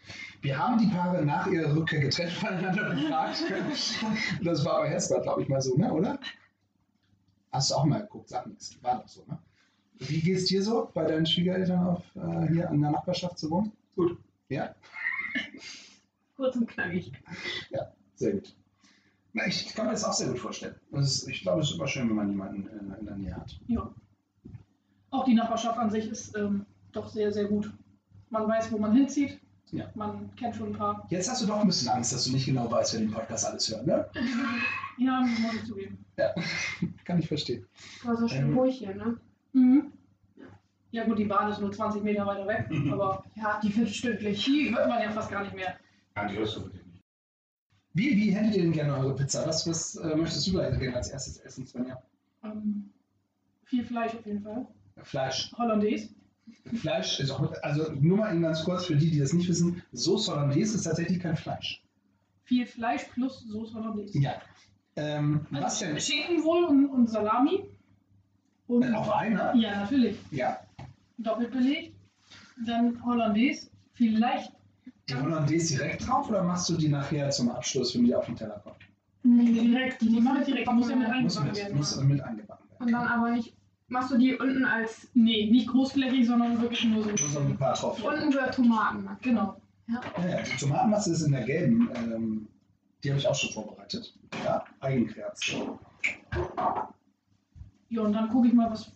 Speaker 7: Wir haben die Paare nach ihrer Rückkehr getrennt voneinander befragt. Und das war bei Hester, glaube ich, mal so, ne? oder? Hast du auch mal geguckt, sag nichts. War doch so, ne? Wie geht's dir so, bei deinen Schwiegereltern auf, äh, hier in der Nachbarschaft zu wohnen?
Speaker 4: Gut.
Speaker 7: Ja,
Speaker 5: Kurz und knackig.
Speaker 7: sehr gut. Na, ich kann mir das auch sehr gut vorstellen. Das ist, ich glaube, es ist immer schön, wenn man jemanden äh, in der Nähe hat.
Speaker 3: Ja. Auch die Nachbarschaft an sich ist ähm, doch sehr, sehr gut. Man weiß, wo man hinzieht.
Speaker 7: Ja.
Speaker 3: Man kennt schon ein paar.
Speaker 7: Jetzt hast du doch ein bisschen Angst, dass du nicht genau weißt, wer den Podcast alles hört, ne?
Speaker 3: Ja, muss ich zugeben.
Speaker 7: Kann ich verstehen.
Speaker 5: War so schön
Speaker 7: Ähm.
Speaker 5: ruhig hier, ne?
Speaker 3: Mhm. Ja gut, die Bahn ist nur 20 Meter weiter weg,
Speaker 7: Mhm.
Speaker 3: aber
Speaker 5: Ja, die wird stündlich.
Speaker 3: die hört man ja fast gar nicht mehr.
Speaker 4: Nein, die hörst du wirklich nicht.
Speaker 7: Wie, wie hättet ihr denn gerne eure Pizza? Was, was äh, möchtest du da gerne als erstes essen, Svenja?
Speaker 3: Ähm, viel Fleisch auf jeden Fall.
Speaker 7: Fleisch.
Speaker 3: Hollandaise.
Speaker 7: Fleisch ist auch, also nur mal eben ganz kurz für die, die das nicht wissen, Soße Hollandaise ist tatsächlich kein Fleisch.
Speaker 3: Viel Fleisch plus Soße Hollandaise. Also
Speaker 7: Ja. Ähm, was denn?
Speaker 3: Schinken wohl und, und Salami. Und
Speaker 7: Äh, Auf einer?
Speaker 3: ja, natürlich.
Speaker 7: Ja.
Speaker 3: Doppelt belegt. Dann Hollandaise. Vielleicht
Speaker 7: Die Hollandaise direkt drauf oder machst du die nachher zum Abschluss, wenn die auf den Teller kommt?
Speaker 5: Nee, direkt.
Speaker 3: Die mache ich direkt. Die muss ja mit
Speaker 7: Muss
Speaker 3: eingebacken
Speaker 7: mit,
Speaker 3: werden.
Speaker 7: muss mit angebacken
Speaker 5: Und dann
Speaker 7: werden.
Speaker 5: aber nicht. Machst du die unten als.
Speaker 3: Nee, nicht großflächig, sondern wirklich nur so.
Speaker 7: Nur so ein paar drauf.
Speaker 5: Unten über Tomaten. ne?
Speaker 3: Genau.
Speaker 7: Ja, ja, die Tomatenmasse ist in der gelben. Ähm, die habe ich auch schon vorbereitet. Ja, Eigenkreation.
Speaker 3: Ja, und dann gucke ich mal, was,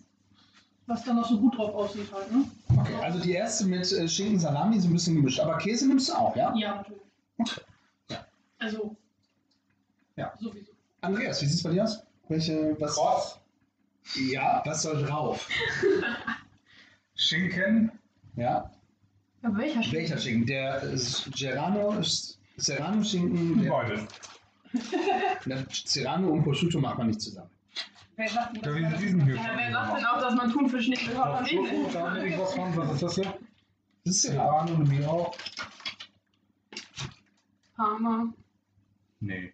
Speaker 3: was da noch so gut drauf aussieht halt, ne?
Speaker 7: Okay, also die erste mit äh, Schinken, Salami, so ein bisschen gemischt. Aber Käse nimmst du auch, ja?
Speaker 3: Ja, natürlich.
Speaker 7: Ja.
Speaker 3: Also.
Speaker 7: Ja.
Speaker 3: Sowieso.
Speaker 7: Andreas, wie sieht's bei dir aus? Welche, was?
Speaker 4: Trotz
Speaker 7: Ja, was soll drauf?
Speaker 4: Schinken,
Speaker 7: Ja,
Speaker 5: Ja, welcher Schinken?
Speaker 7: welcher Schinken? Der äh, Serrano, Serrano Schinken, der,
Speaker 4: Gebäude.
Speaker 7: der Serrano und Prosciutto macht man nicht zusammen.
Speaker 3: Wer sagt denn
Speaker 4: Da
Speaker 3: das?
Speaker 4: sind diesen hier.
Speaker 5: Ja, wer sagt denn auch, dass man Thunfisch nicht mit
Speaker 4: Auf
Speaker 5: Hollandaise
Speaker 4: Schoko,
Speaker 5: isst?
Speaker 4: da hab ich was von, was ist das hier?
Speaker 7: Das ist Serrano.
Speaker 4: Serrano, eine Mio.
Speaker 5: Parma.
Speaker 4: Nee.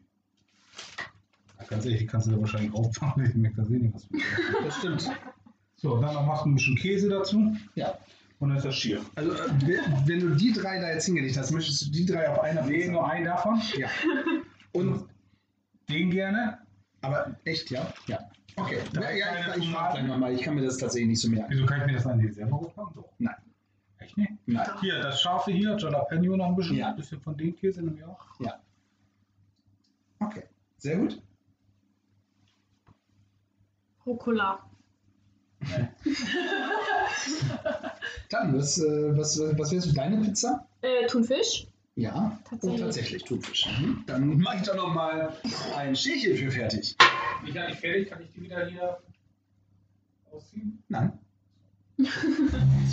Speaker 4: Ganz ehrlich, die kannst du da wahrscheinlich aufbauen. Ich merke das eh nicht, was wir
Speaker 7: Das stimmt.
Speaker 4: So, und dann noch machst du ein bisschen Käse dazu
Speaker 7: Ja.
Speaker 4: und dann ist das schier.
Speaker 7: Also, äh, we- wenn du die drei da jetzt hingelegt hast, möchtest du die drei auf einer
Speaker 4: Nee,
Speaker 7: Pizza?
Speaker 4: nur einen davon.
Speaker 7: Ja. Und,
Speaker 4: Den gerne.
Speaker 7: aber echt, ja? Ja. Okay.
Speaker 4: Da
Speaker 7: Ja,
Speaker 4: ist
Speaker 7: ja,
Speaker 4: keine
Speaker 7: ich, ich frag
Speaker 4: Tomate.
Speaker 7: gleich nochmal. Ich kann mir das tatsächlich nicht so merken.
Speaker 4: Wieso kann ich mir das an die selber hochmachen? Doch.
Speaker 7: Nein.
Speaker 4: Echt nicht?
Speaker 7: Nein.
Speaker 4: Hier, das scharfe hier, Jalapeno noch ein bisschen.
Speaker 7: Ja.
Speaker 4: Ein bisschen von dem Käse nämlich auch.
Speaker 7: Okay. Sehr gut.
Speaker 5: Rucola.
Speaker 7: Dann, was, äh, was, was wärst du deine Pizza?
Speaker 5: Äh, Thunfisch.
Speaker 7: Ja,
Speaker 5: Tatsächlich.
Speaker 7: Oh, tatsächlich Thunfisch. Mhm. Dann mache ich doch noch mal ein Schälchen für fertig.
Speaker 4: Ich habe nicht fertig, kann ich die wieder hier ausziehen?
Speaker 7: Nein. Das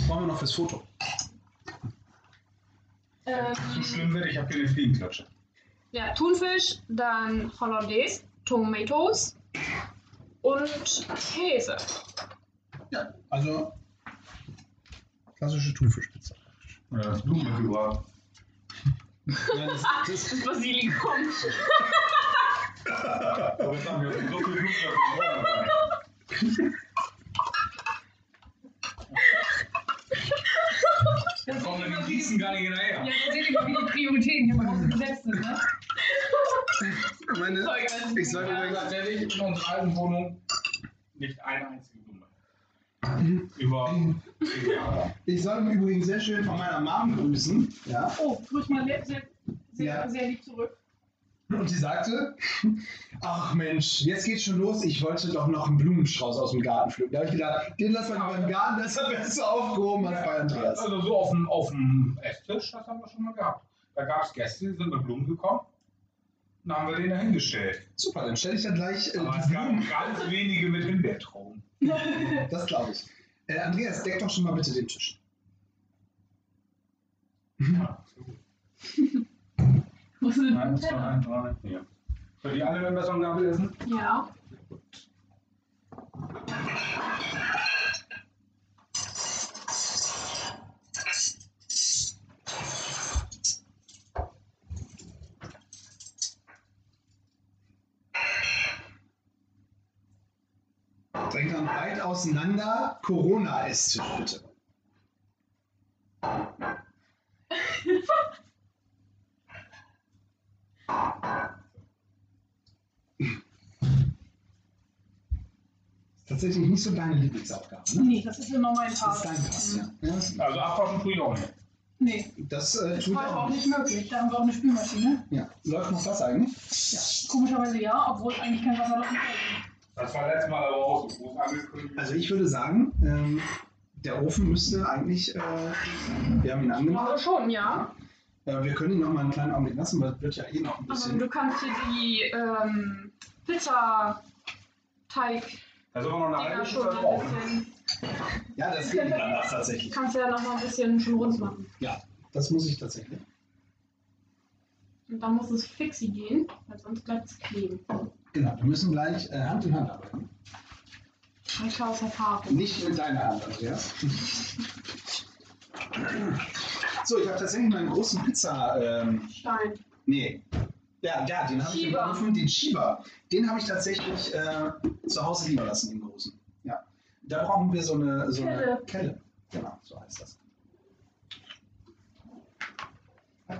Speaker 7: brauchen wir noch fürs Foto.
Speaker 5: Ähm,
Speaker 4: So schlimm wird, ich habe hier eine Fliegenklatsche.
Speaker 5: ja, Thunfisch, dann Hollandaise, Tomatoes und Käse.
Speaker 7: Ja, also klassische Thunfischpizza.
Speaker 4: Oder das Blumenmittel überhaupt.
Speaker 7: Nein, das, das,
Speaker 5: Basilikum.
Speaker 4: Aber jetzt haben wir so viel Blumenmittel. Dann kommen wir den Gießen gar nicht hinterher.
Speaker 3: Ja, da seht ihr mal, wie die Prioritäten hier im Hause gesetzt sind, ne?
Speaker 7: meine, ich sage
Speaker 4: Ja,
Speaker 7: übrigens,
Speaker 4: tatsächlich in unserer alten Wohnung nicht eine einzige Blume. Über zehn Jahre.
Speaker 7: Mhm. ich soll mich übrigens sehr schön von meiner Mom grüßen. Ja.
Speaker 3: Oh, grüß mal sehr, sehr, sehr,
Speaker 7: Ja.
Speaker 3: sehr lieb zurück.
Speaker 7: Und sie sagte, ach Mensch, jetzt geht's schon los. Ich wollte doch noch einen Blumenstrauß aus dem Garten pflücken. Da habe ich gedacht, den lassen wir lieber im Garten, das ist er besser aufgehoben als bei Andreas.
Speaker 4: Also so auf dem, auf dem Esstisch, das haben wir schon mal gehabt. Da gab es Gäste, die sind mit Blumen gekommen. Und dann haben wir den da hingestellt.
Speaker 7: Super, dann stelle ich dann gleich äh,
Speaker 4: Aber
Speaker 7: die
Speaker 4: es gab
Speaker 7: Blumen.
Speaker 4: ganz wenige mit Himbeertrauben.
Speaker 7: Das glaube ich. Äh, Andreas, deck doch schon mal bitte den Tisch.
Speaker 4: Ja, sehr gut.
Speaker 3: Wo sind
Speaker 4: Eins,
Speaker 3: die
Speaker 4: zwei,
Speaker 3: Teller?
Speaker 4: drei, vier. Sollen die alle mit Messer und Gabel essen?
Speaker 5: Ja.
Speaker 7: Bringt dann weit auseinander. Corona ist bitte. Ist Tatsächlich nicht so deine Lieblingsaufgabe. Ne?
Speaker 3: Nee, das ist immer mein
Speaker 7: Das ist
Speaker 3: Part.
Speaker 7: dein Pass, ja. ja. das-
Speaker 4: Also abwaschen tue ich auch nicht.
Speaker 3: Nee,
Speaker 7: Das äh,
Speaker 3: das
Speaker 7: tut
Speaker 3: war
Speaker 7: auch
Speaker 3: auch
Speaker 7: nicht.
Speaker 3: nicht möglich. Da haben wir auch eine Spülmaschine.
Speaker 7: Ja. Läuft noch Wasser eigentlich?
Speaker 3: Komischerweise ja, obwohl eigentlich kein Wasser laufen kann.
Speaker 4: Das war letztes Mal aber auch so groß angekündigt.
Speaker 7: Also ich würde sagen, ähm, der Ofen müsste eigentlich, äh, wir haben ihn angemacht.
Speaker 5: Also schon, ja.
Speaker 7: Äh, wir können ihn noch mal einen kleinen Augenblick lassen, weil es wird ja eh noch ein
Speaker 5: Aber
Speaker 7: bisschen.
Speaker 5: du kannst dir die ähm, Pizza-Teig
Speaker 4: Da sind wir noch eine halbe
Speaker 5: Dinger schon
Speaker 4: Stunde
Speaker 5: ein
Speaker 4: drauf.
Speaker 5: bisschen.
Speaker 7: Ja, das geht nicht anders tatsächlich.
Speaker 5: Kannst du ja noch mal ein bisschen schon rund machen.
Speaker 7: Ja, das muss ich tatsächlich.
Speaker 5: Und dann muss es fixi gehen, weil sonst bleibt es kleben.
Speaker 7: Genau, wir müssen gleich äh, Hand in Hand arbeiten.
Speaker 5: Und ich aus der Farbe.
Speaker 7: Nicht mit deiner Hand, Andreas. So, ich habe tatsächlich meinen großen Pizza. Ähm,
Speaker 5: Stein.
Speaker 7: nee. Ja, ja, den habe ich
Speaker 5: Schieber.
Speaker 7: gerufen, den Schieber. Den habe ich tatsächlich äh, zu Hause liegen lassen, den großen. Ja. Da brauchen wir so eine, so eine
Speaker 5: Kelle.
Speaker 7: Kelle. Genau, so heißt das.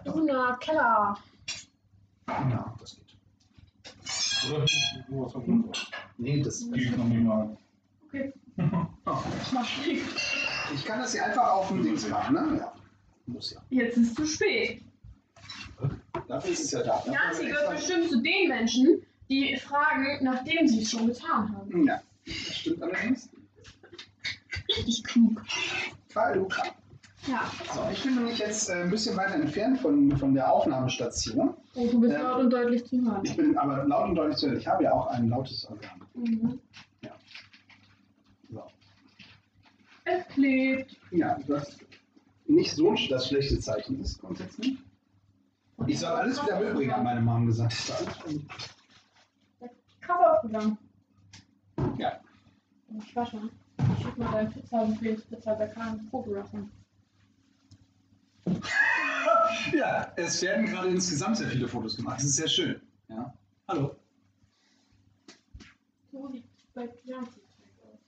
Speaker 5: Bruna, Keller.
Speaker 7: Halt Genau, das geht.
Speaker 4: Oder nur was vom Grund.
Speaker 7: Nee, das.
Speaker 4: Die ich noch nie mal.
Speaker 7: Oh.
Speaker 3: Ich mach Schläge.
Speaker 7: Ich kann das hier einfach auf dem Dings machen, ne? Ja. Muss ja.
Speaker 5: Jetzt ist es zu spät.
Speaker 7: Dafür ist es ja da. ne?
Speaker 5: Ja, sie gehört
Speaker 7: Dafür-
Speaker 5: bestimmt zu den Menschen, die fragen, nachdem sie es schon getan haben.
Speaker 7: Ja, das stimmt allerdings.
Speaker 5: Richtig klug.
Speaker 7: Karl, du Karl.
Speaker 5: Ja.
Speaker 7: So, ich bin nämlich jetzt äh, ein bisschen weiter entfernt von, von der Aufnahmestation.
Speaker 5: Oh, du bist
Speaker 7: Ähm.
Speaker 5: laut und deutlich zu hören.
Speaker 7: Ich bin aber laut und deutlich zu hören. Ich habe ja auch ein lautes Organ.
Speaker 5: Mhm.
Speaker 7: So.
Speaker 3: Es klebt.
Speaker 7: Ja, das nicht so sch- das schlechte Zeichen ist grundsätzlich. Ich soll alles wieder mitbringen, hat meine Mom gesagt. Ich soll alles mitbringen.
Speaker 5: Krass aufgegangen.
Speaker 7: Ja.
Speaker 5: Ich war schon. Schick mal deine Pizza, Lieblingspizza, da kann ich Probe lassen.
Speaker 7: ja, es werden gerade insgesamt sehr viele Fotos gemacht. Das ist sehr schön. Ja. Hallo.
Speaker 5: So sieht es bei Bianchi aus.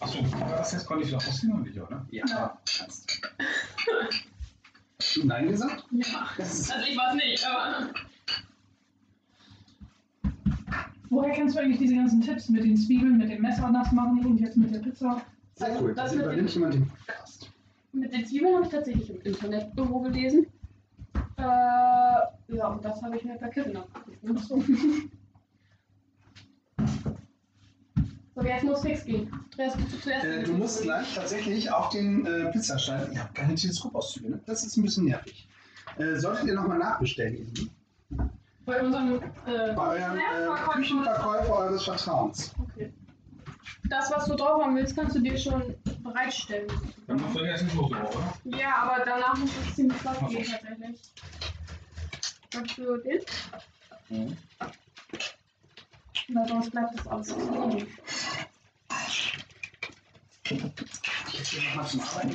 Speaker 4: Achso, war das jetzt konnte ich doch ausziehen und nicht, oder?
Speaker 7: Ja, kannst du. Hast du Nein gesagt?
Speaker 8: Ja.
Speaker 7: Das ist
Speaker 8: Also ich weiß nicht, aber
Speaker 3: Woher kennst du eigentlich diese ganzen Tipps mit den Zwiebeln, mit dem Messer nass machen und jetzt mit der Pizza?
Speaker 7: sehr cool. Das
Speaker 8: das mit
Speaker 7: übernimmt jemand den Podcast.
Speaker 8: mit den Zwiebeln habe ich tatsächlich im Internet irgendwo gelesen.
Speaker 5: Äh, ja,
Speaker 8: Äh, Ja, und das habe ich mir per Kippen abgeguckt. Ne?
Speaker 5: so. so, jetzt muss fix gehen.
Speaker 8: Andreas, bist du zuerst?
Speaker 7: Äh, du musst gleich tatsächlich auf den äh, Pizzastein. Ich habe keine Teleskopauszüge, ne? Das ist ein bisschen nervig. Äh, solltet ihr nochmal nachbestellen, ihr Lieben?
Speaker 3: Bei unserem äh,
Speaker 7: Bei eurem äh, Küchenverkäufer eures Vertrauens.
Speaker 5: Das, was du drauf haben willst, kannst du dir schon bereitstellen.
Speaker 4: Dann musst du jetzt nicht so drauf, oder?
Speaker 5: Ja, aber danach muss es ziemlich flott
Speaker 4: Ach so.
Speaker 5: gehen, tatsächlich. Kannst du den?
Speaker 4: Mhm.
Speaker 5: Weil sonst bleibt das alles kleben.
Speaker 7: Ich gehe nochmal zum Arbeiten.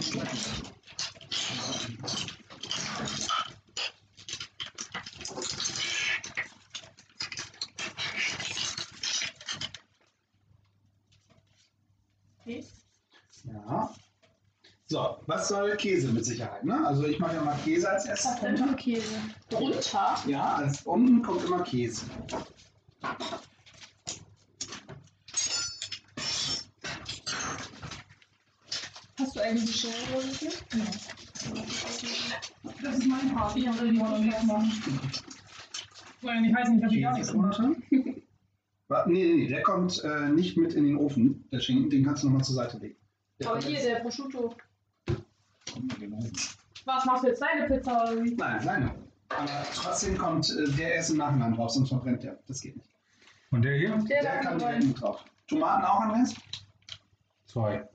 Speaker 5: Okay.
Speaker 7: Ja. So, was soll Käse mit Sicherheit? Ne? Also ich mache ja mal Käse als erstes drunter.
Speaker 5: Kartoffeln, Käse.
Speaker 8: Drunter?
Speaker 7: Ja, als unten kommt immer Käse.
Speaker 5: Hast du eigentlich die Schere oder so?
Speaker 3: Das ist mein Part. Ich will die Hollandaise machen. Soll ja nicht heißen, ich habe die gar nichts gemacht.
Speaker 7: Wa- Nee, nee, nee, der kommt äh, nicht mit in den Ofen, der Schinken, den kannst du nochmal zur Seite legen. Der
Speaker 5: Aber
Speaker 7: kommt
Speaker 5: hier,
Speaker 7: jetzt-
Speaker 5: der Prosciutto.
Speaker 4: Kommt in den Ofen.
Speaker 5: Was machst du jetzt? Deine Pizza oder wie?
Speaker 7: Nein, nein. Aber trotzdem kommt äh, der erst im Nachhinein drauf, sonst verbrennt der. Das geht nicht.
Speaker 4: Und der hier?
Speaker 5: Der,
Speaker 7: der
Speaker 5: da
Speaker 7: kann
Speaker 5: kommt
Speaker 7: direkt
Speaker 5: rein.
Speaker 7: mit drauf. Tomaten auch, Andreas?
Speaker 4: Zwei.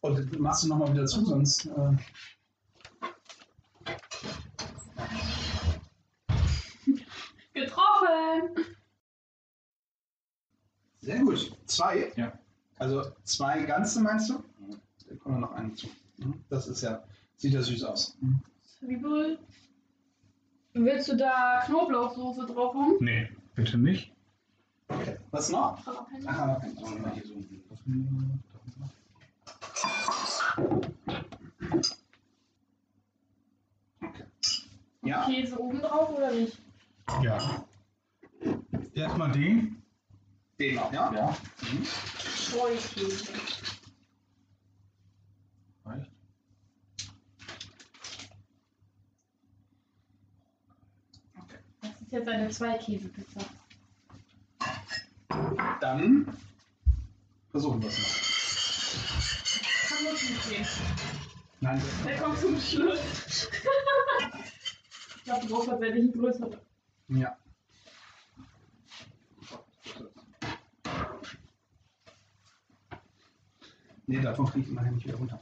Speaker 7: Und machst du nochmal wieder zu, sonst. Äh,
Speaker 5: Getroffen!
Speaker 7: sehr gut. Zwei?
Speaker 4: Ja.
Speaker 7: Also zwei ganze meinst du? Da kommen wir noch einen zu. Mhm. Das ist ja Sieht ja süß aus.
Speaker 3: Zwiebel. Willst du da Knoblauchsoße drauf haben?
Speaker 4: Nee, bitte nicht.
Speaker 7: Okay. Was noch?
Speaker 3: Jalapeno?
Speaker 7: Aha,
Speaker 4: Sollen wir hier so ein-
Speaker 7: ja.
Speaker 3: Käse oben drauf oder nicht?
Speaker 4: Ja. Erstmal den.
Speaker 7: Den noch, ja?
Speaker 4: Ja.
Speaker 5: Streukäse. Das ist jetzt eine Zwei-Käse-Pizza.
Speaker 7: Dann versuchen wir es noch.
Speaker 5: Karottentee.
Speaker 7: Nein,
Speaker 5: Der kommt zum Schluss. ich glaube, du brauchst tatsächlich einen größeren.
Speaker 7: ja. Nee, davon kriege ich nachher nicht wieder runter.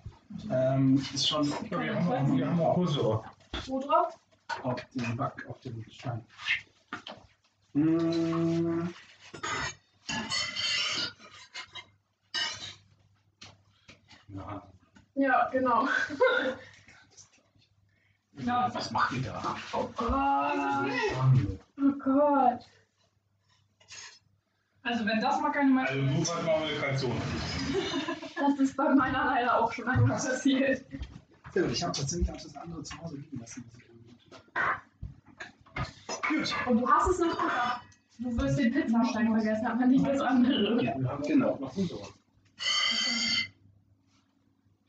Speaker 7: Ähm, ist schon
Speaker 4: Ja, wir, haben auch, wir haben auch Hose auf.
Speaker 3: Wo drauf?
Speaker 7: auf den Back, auf den Stein. Mm,
Speaker 4: Na,
Speaker 5: Ja, genau.
Speaker 3: Ja.
Speaker 4: was macht ihr da?
Speaker 5: Oh Gott.
Speaker 3: Also wenn das mal keine
Speaker 4: Also
Speaker 3: Maschine
Speaker 4: du hast mal eine Kalzone.
Speaker 5: Das ist bei meiner leider auch schon einmal passiert.
Speaker 7: ja, ich habe tatsächlich auch das andere zu Hause liegen lassen. was ich gemacht habe.
Speaker 5: Und du hast es noch gemacht. Du wirst den Pizzastein vergessen, aber nicht das andere.
Speaker 7: Ja,
Speaker 4: Wir haben
Speaker 7: genau.
Speaker 4: auch noch Hose auf.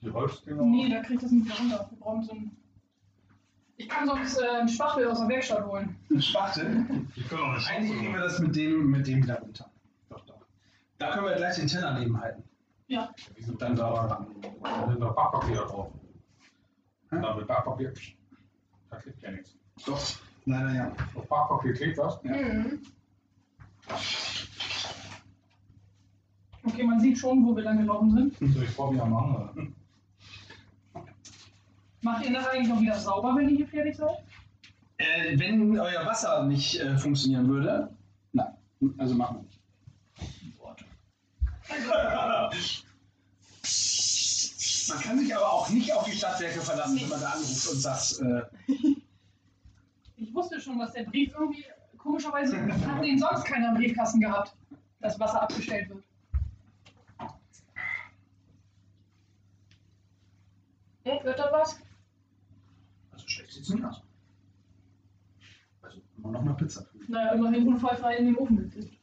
Speaker 4: Die Holzdinger.
Speaker 3: Nee, da kriegt das nicht wieder runter. Wir brauchen so einen. Ich kann sonst äh, einen Spachtel aus der Werkstatt holen.
Speaker 7: Spachtel.
Speaker 4: Die können auch nicht
Speaker 7: Eigentlich kriegen wir
Speaker 4: Eigentlich
Speaker 7: das mit dem, mit dem wieder runter. Doch, doch. Da können wir gleich den Teller nebenhalten.
Speaker 4: Wieso dann da Da sind noch Backpapier drauf.
Speaker 7: Hä?
Speaker 4: Da mit Backpapier. Da klebt ja nichts.
Speaker 7: Doch, leider ja.
Speaker 4: Auf Backpapier klebt was?
Speaker 5: Mhm.
Speaker 3: Okay, man sieht schon, wo wir lang gelaufen sind.
Speaker 4: So, ich brauche wieder Mangel.
Speaker 3: Macht ihr das eigentlich noch wieder sauber, wenn ihr hier fertig seid?
Speaker 7: Äh, wenn euer Wasser nicht äh, funktionieren würde, nein, also machen wir nicht. Man kann sich aber auch nicht auf die Stadtwerke verlassen, wenn man da anruft und sagt, äh,
Speaker 3: Ich wusste schon, dass der Brief irgendwie komischerweise hat den sonst keiner im Briefkasten gehabt, dass Wasser abgestellt wird.
Speaker 5: Und wird da was?
Speaker 7: also schlecht sieht's nicht aus. Also immer noch eine Pizza.
Speaker 3: Naja, immerhin unfallfrei in den Ofen gekriegt.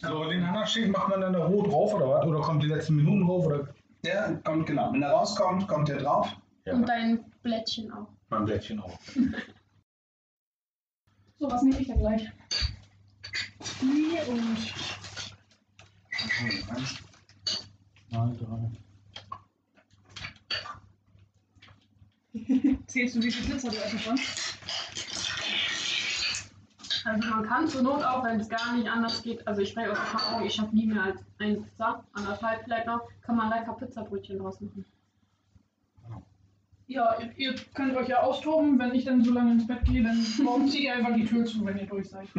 Speaker 4: So, den Hanna schicken, macht man dann da roh drauf oder was? Oder kommt die letzten Minuten drauf? Oder?
Speaker 7: Der kommt genau. Wenn er rauskommt, kommt der drauf.
Speaker 5: Und dein Blättchen auch.
Speaker 4: Mein Blättchen auch.
Speaker 3: So, was nehme ich denn gleich?
Speaker 5: Nee, und
Speaker 4: Nein, drei.
Speaker 3: Zählst du, wie viel Glitzer du essen kannst?
Speaker 5: Also man kann zur Not auch, wenn es gar nicht anders geht, also ich spreche aus Erfahrung, ich schaffe nie mehr als ein Pizza, anderthalb vielleicht noch, kann man lecker Pizzabrötchen draus machen.
Speaker 3: Ja, ihr, ihr könnt euch ja austoben. Wenn ich dann so lange ins Bett gehe, dann morgen zieht ihr einfach die Tür zu, wenn ihr durch seid.